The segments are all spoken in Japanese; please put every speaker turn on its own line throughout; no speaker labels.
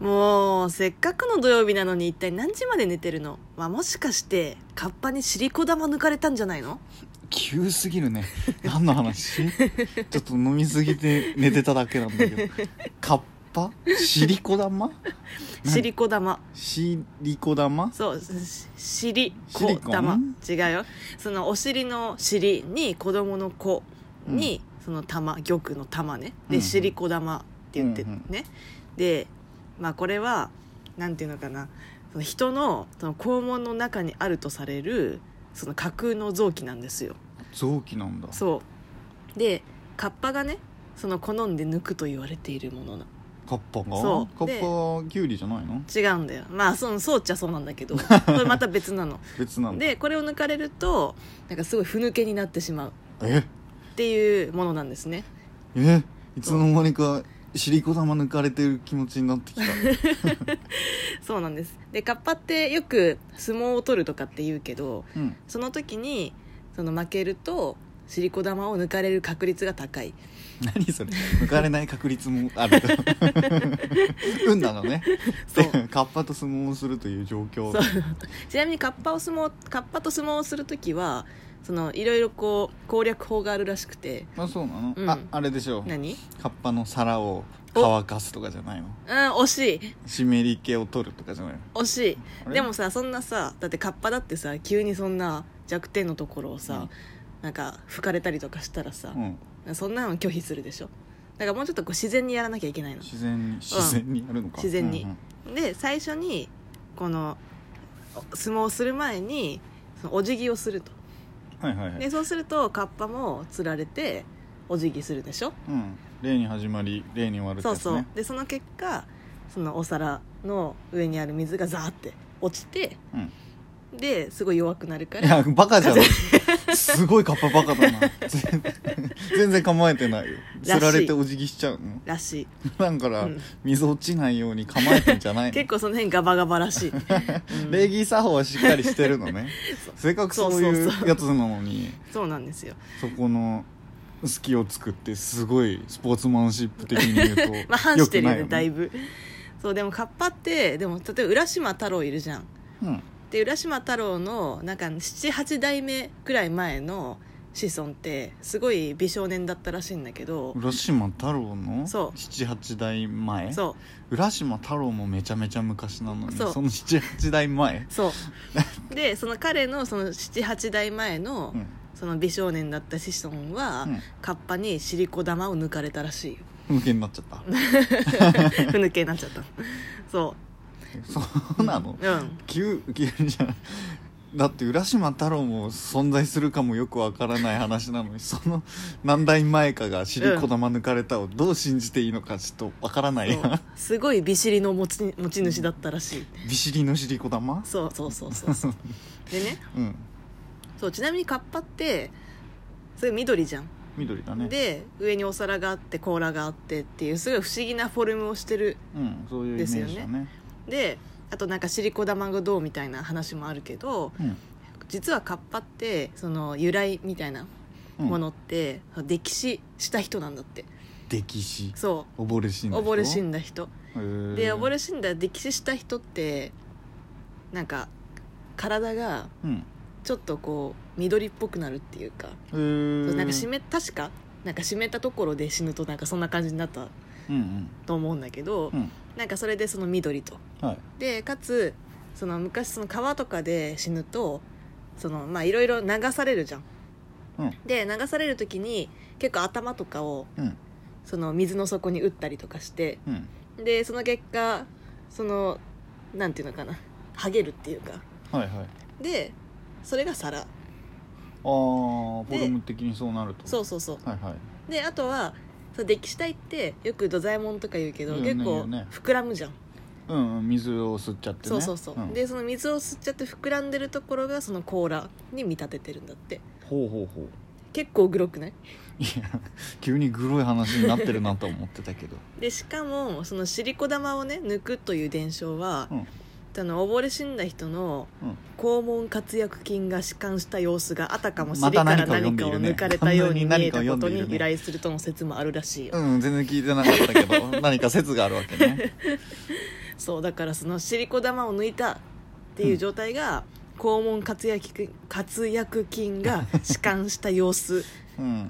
もうせっかくの土曜日なのに一体何時まで寝てるの、まあ、もしかしてカッパにシリコ玉抜かれたんじゃないの
急すぎるね 何の話ちょっと飲みすぎて寝てただけなんだけどカッパシリコ玉何
シリコ玉
シリコ玉
そうしシリ
シ
コ
リコ
玉
ン
違うよそのお尻の尻に子供の子に、その玉玉の玉ね
うん
で
うん
シリコ玉って言ってね、
うん
でまあこれはなんていうのかなその人のその肛門の中にあるとされるその架空の臓器なんですよ
臓器なんだ
そうでカッパがねその好んで抜くと言われているものな
カッパが
そう
カッパはキュウリじゃないの
違うんだよまあそのそうっちゃそうなんだけ どこれまた別なの
別なんだ
でこれを抜かれるとなんかすごいふぬけになってしまう
え
っていうものなんですね
えいつの間にかシリコ玉抜かれてる気持ちになっ てきた
そうなんですでカッパってよく相撲を取るとかって言うけど
うん
その時にその負けるとシリコ玉を抜かれる確率が高い
何それ抜かれない確率も ある運なのね
そ
で
う
カッパと相撲をするという状況
そうちなみにカッパを相撲カッパと相撲をする時はそのいろいろこう攻略法があるらしくて
まあそうなの、
うん
ああれでしょう
何
カッパの皿を乾かすとかじゃないの
うん惜しい
湿り気を取るとかじゃないの
惜しい
あれ
でもさそんなさだってカッパだってさ急にそんな弱点のところをさ、
うん
なんか吹かれたりとかしたらさ
う、ん
そんなの拒否するでしょだからもうちょっとこう自然にやらなきゃいけないの
自然に自然にやるのか、
自然に
うんうん
で最初にこのお相撲をする前にそのお辞儀をすると
はいはいはい、
でそうするとカッパも釣られてお辞儀するでしょ
うん、例に始まり例に終わるって
そ
や
う
つ
そう
ね
でその結果そのお皿の上にある水がザーって落ちて
うん
ですごい弱くなるか
い
ら
やバカじゃんすごいカッパバカだ な全然全然構えてないよ
らしい
釣られてお辞儀しちゃうの
らしい
だから、
うん
水落ちないように構えてんじ ゃないの
結構その辺ガバガバら しい、うん
礼儀作法はしっかりしてる のねせっかくそうい
そうそうそう
うやつなのに
そうなんですよ
そこの隙を作ってすごいスポーツマンシップ的に言うと
まあ反してるよね
良くな
だ
い
いぶそうでもカッパってでも例えば浦島太郎いるじゃん
うん
で浦島太郎のなんか78代目くらい前の子孫ってすごい美少年だったらしいんだけど
浦島太郎の
そう
78代前
そ
浦島太郎もめちゃめちゃ昔なのに
そう
その78代前
う そうでその彼のその78代前の、
うん
その美少年だった子孫は、
うん
カッパにシリコ玉を抜かれたらしい よ
無限になっちゃった
ふぬけになっちゃったそ
そうなの
ううん
急急じゃんだって浦島太郎も存在するかもよくわからない話なのにその何代前かが尻子玉抜かれたをどう信じていいのかちょっとわからない
そ
や
うすごい美尻の持ち持ち主だったらしい
ビシリの尻子玉
そうそうそうそう そうでね
うん
そうちなみにカッパってそれ緑じゃん、
緑だね
で上にお皿があって甲羅があってっていうすごい不思議なフォルムをしてる
うんそういうイメージだね
であとなんかシリコ玉がどうみたいな話もあるけど実はカッパってその由来みたいな
うん、
も
うん、
のって、溺死した人なんだって
溺死
そ
溺れ死
うん
だ
溺れ死んだ人
ん
で溺れ死んだ溺死した人ってなんか体が
うん
ちょっとこう緑っぽくなるっていうか
へー
なんか湿確かなんか湿ったところで死ぬとなんかそんな感じになった
うん
と思うんだけど、
うん
なんかそれでその緑と
うんはい
でかつその昔その川とかで死ぬとそのまあいろいろ流されるじゃん、
うん
で流される時に結構頭とかを
うん
その水の底に打ったりとかして
うん
でその結果そのなんていうのかなはげるっていうか
はいはい
でそれが皿
あーフォルム的にそうなると
そうそうそう
はいはい
であとはそうデッキ死体ってよく土左衛門とか言うけど、
言うね
結
言
構
うね
膨らむじゃん、
うんうん水を吸っちゃってね
そうそうそう、
ん
でその水を吸っちゃって膨らんでるところがその甲羅に見立ててるんだって
ほうほうほう
結構グロくない
いや急にグロい話になってるなとは思ってたけど
でしかもそのシリコ玉をね抜くという伝承は、
うん
あの溺れ死んだ人の
うん
肛門括約筋が弛緩した様子があたかも尻か
また
ら
何かを読
何
んで
かを抜か
いるね
れたように見えたこと
完全に何かを読んでいる
に
ね
由来するとの説もあるらしいよ、
うん全然聞いてなかったけど何か説があるわけね
そうだからその尻子玉を抜いたっていう状態が、肛門活躍筋活躍筋が弛緩した様子
うん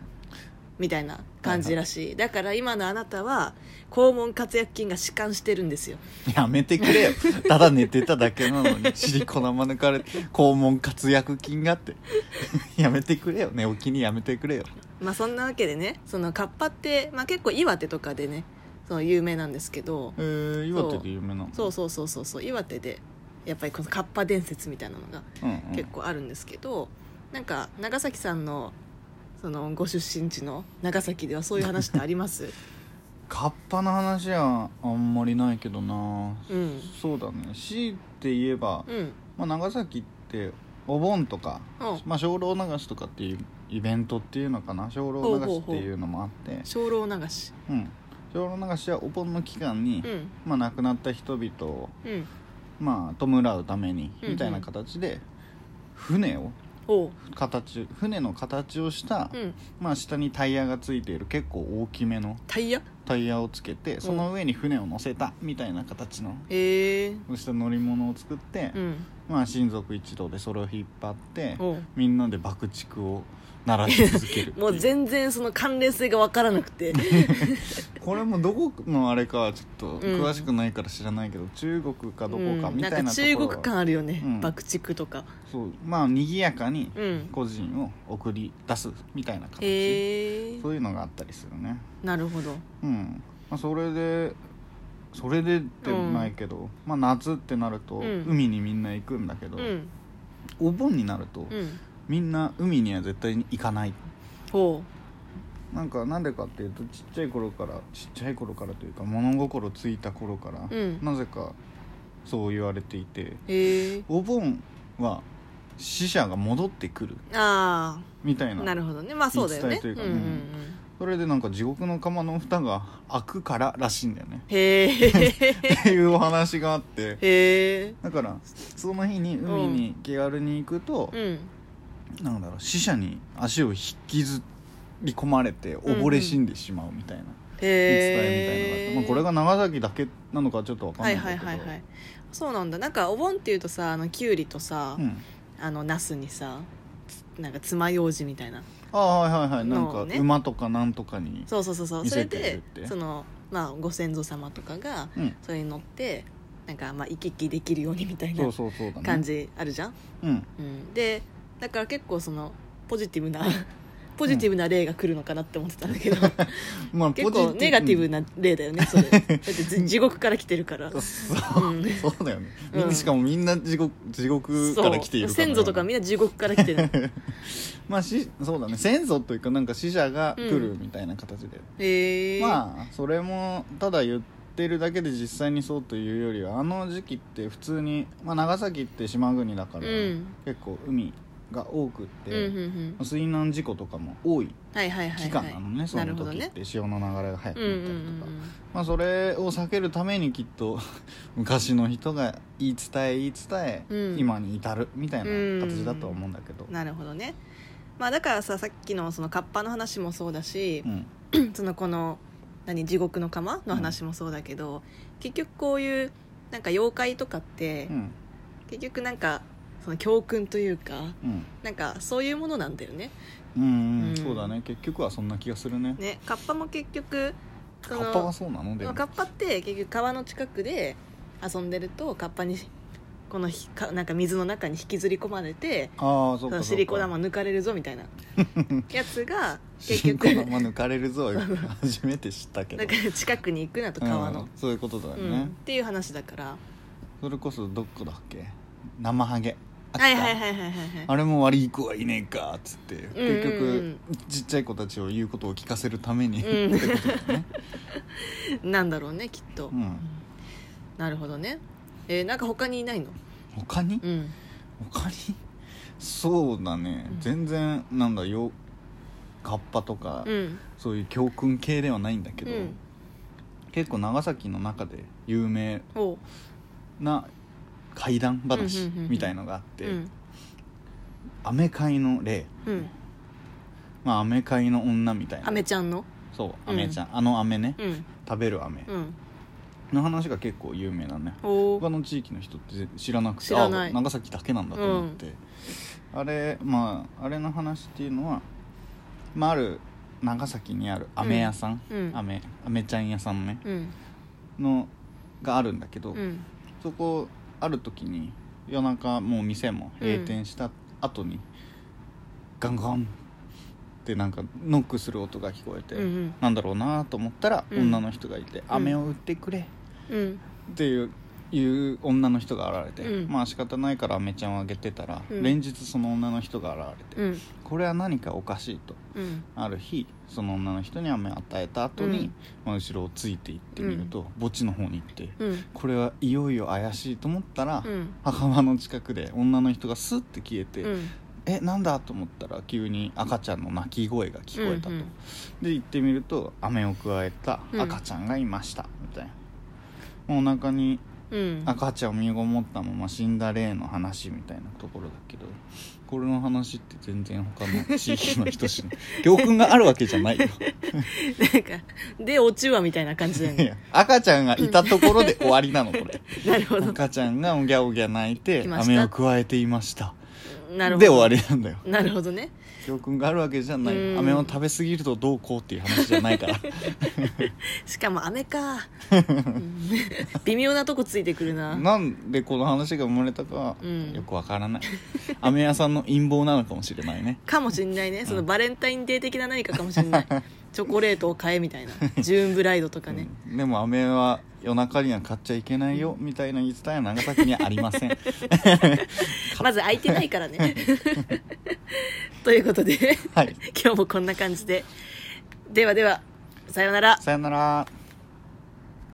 みたいな感じらしいだから今のあなたは肛門活躍筋が弛緩してるんですよ
やめてく れよただ寝てただけなのに尻粉ま抜かれて肛門活躍筋がって やめてくれよ寝起きにやめてくれよ
まあそんなわけでねそのカッパって、まあ、結構岩手とかでねその有名なんですけど
えー、岩手で有名なの
そうそうそうそうそう岩手でやっぱりこのカッパ伝説みたいなのが
うんうん、
結構あるんですけど、なんか長崎さんのそのご出身地の長崎ではそういう話ってあります
カッパの話はあんまりないけどな
うん
そうだね強いて言えば、
うん
まあ、長崎ってお盆とか、
うん
まあ、精霊流しとかっていうイベントっていうのかな精霊
ほう
流
ほう
しっ
ほ
て
う
いうのもあって
精霊流し
うん精霊流しはお盆の期間に、
うん
まあ、亡くなった人々を、
うん
まあ、弔うために
うんうん
みたいな形で、船を
おう
形船の形をした、
うん
まあ、下にタイヤがついている結構大きめの
タイヤ
タイヤをつけてその上に船を乗せたみたいな形の
へえ
そうした乗り物を作って、
うん
まあ、親族一同でそれを引っ張って
おう
みんなで爆竹を鳴らし続けるっ てい
もう全然その関連性が分からなく て
これもどこのあれかはちょっと
ん
詳しくないから知らないけど、中国かどこか
うん
みたい
んか
なところ
中
は
国感あるよね、
うん
爆竹とか
そうまあ賑やかに
うん
個人を送り出すみたいな形、
へえ
そういうのがあったりするね
なるほど
うん、まあ、それでそれでってないけど、まあ夏ってなると
うん
海にみんな行くんだけど、
うん
お盆になると、
うん
みんな海には絶対に行かない
ほ
なんかなんでかっていうとちっちゃい頃からちっちゃい頃からというか物心ついた頃から、
うん
なぜかそう言われていて
うへえ
お盆は死者が戻ってくる
あ
みたい
あ
な
なるほどねまあそうだよね
言い伝えというか
ん
ね
うんうん
それでなんか地獄の釜の蓋が開くかららしいんだよね
へえ
っていうお話があって
へえ
だからその日に海に気軽に行くと
う、ん
なんだろう死者に足を引きずり込まれて溺れ死んでしまうみたいな、
へ
言い伝えみたいなの
え
があって、まあ、これが長崎だけなのかちょっとわかん
は
ない
い
んだ
はい
けど
はいはいそうなんだなんかお盆っていうとさあのきゅうりとさ、
うん、
あのナスにさつなんか爪楊枝みたいな
ああはいはいはいなん
の
か
ね
馬とかなんとかに
そうそうそうそう
見
それ
せてる
で
って
そのまあご先祖様とかが
うん
それに乗ってなんかまあ行き来できるようにみたい
そ
な
うそうそうだね
感じあるじゃん、
うん
うん、でだから結構そのポジティブなポジティブな例が来るのかなって思ってたんだけ ど、
まあ
結構ネガティブな例だよ ねそれだってじ地獄から来てるから、
うんそう
うん
そうだよね、
うん
しかもみんな地獄地獄から来ている
そう
らね
先祖とかみんな地獄から来てる
まあしそうだね先祖というかなんか死者が来るみたいな形で、
へえ
まあそれもただ言ってるだけで実際にそうというよりはあの時期って普通に、まあ、長崎って島国だから、
うん
結構海が多くっ
う
て、
んうんうん
水難事故とかも多い
はいはいはい
期
は
間
い
なのね、そ
な
の
るほど
時っ
ね
て潮の流れが速
う
く
んうんう
なったりとか、
ん
まあ、それを避けるためにきっと 昔の人が言い伝え言い伝え、
うん
今に至るみたいな形だとは思うんだけど
うん、なるほどねまあだからささっきのそのカッパの話もそうだし
う、ん
そのこの何地獄の釜の話もそうだけど、結局こういうなんか妖怪とかって、
うん
結局なんかその教訓というか
うん
なんかそういうものなんだよね
うんうん
うん
そうだね結局はそんな気がするね
ねカッパも結局そ
カ
の
ッパはそうなのでも
カッパって結局川の近くで遊んでるとカッパにこのひ かなんか水の中に引きずり込まれて
ああそ
そう
か
の
そう
尻
か
子玉抜かれるぞみたい なやつが結
尻子
局
玉抜かれるぞ 初めて知ったけど
なんか近くに行くなと川
う
の
ん、そういうことだよ
う
ね、
んっていう話だから
それこそどこだっけ生ハゲあった
はいはいはいはいはいはい
あれも悪い子はいねえかっつって結
うん
局、ちっちゃい子たちを言うことを聞かせるために、
うん
ってことだよね
なんだろうねきっと、
うん
なるほどねえー、なんか他にいないの
他に
うん
他にそうだね、
うん
全然なんだよカッパとか、
うん
そういう教訓系ではないんだけど、
うん
結構長崎の中で有名
おう
な怪談話
うんうんうんうん
みたいのがあって
うん
アメ界の霊
うん
まあアメ界の女みたいな
アメちゃんの
そうアメちゃん、あのアメね
うん
食べるアメ
うん
の話が結構有名だね
お
他の地域の人って知らなくて
知らない
あ長崎だけなんだと思って、あれまああれの話っていうのは、まあ、ある長崎にある飴屋さん、
うんうん
飴飴ちゃん屋さんね
うん
のがあるんだけど、
うん
そこある時に夜中もう店も閉店した後に、ガンガンってなんかノックする音が聞こえて、
うんうん
なんだろうなと思ったら、
うん
女の人がいて「飴を売ってくれ」
うん
っていういう女の人が現れて、
うん
まあ仕方ないからアメちゃんをあげてたら、
うん
連日その女の人が現れて、
うん
これは何かおかしいと
うん
ある日その女の人に飴を与えた後に、
うん
まあ、後ろをついていってみると、墓地の方に行って
うん
これはいよいよ怪しいと思ったら、
うん
墓場の近くで女の人がスッて消えて、
うん
えなんだと思ったら急に赤ちゃんの泣き声が聞こえたと、
うんうん
で行ってみると飴を加えた赤ちゃんがいました、みたいなもうお腹に
うん
赤ちゃんを身ごもったまま死んだ例の話みたいなところだけどこれの話って全然他の地域の人し ない教訓があるわけじゃないよ
なんかで落ちはみたいな感じだよ
い
ね
や赤ちゃんがいたところで終わりなのこれ
なるほど
赤ちゃんがおぎゃおぎゃ泣いて
来ました
飴を加えていました
なるほど
で終わりなんだよ
なるほどね
教訓があるわけじゃな
う
い
ん
飴を食べ過ぎるとどうこうっていう話じゃないから
しかも雨かうん微妙なとこついてくるな
なんでこの話が生まれたかは
うん
よくわからない飴屋さんの陰謀なのかもしれないね
かもしんないねそのバレンタインデー的な何かかもしんないチョコレートを買えみたいなジューンブライドとかね、
うんでも飴は夜中には買っちゃいけないよみたいな言い伝えは長崎にはありません
まず空いてないからねということで
はい
今日もこんな感じでではではさようなら
さよなら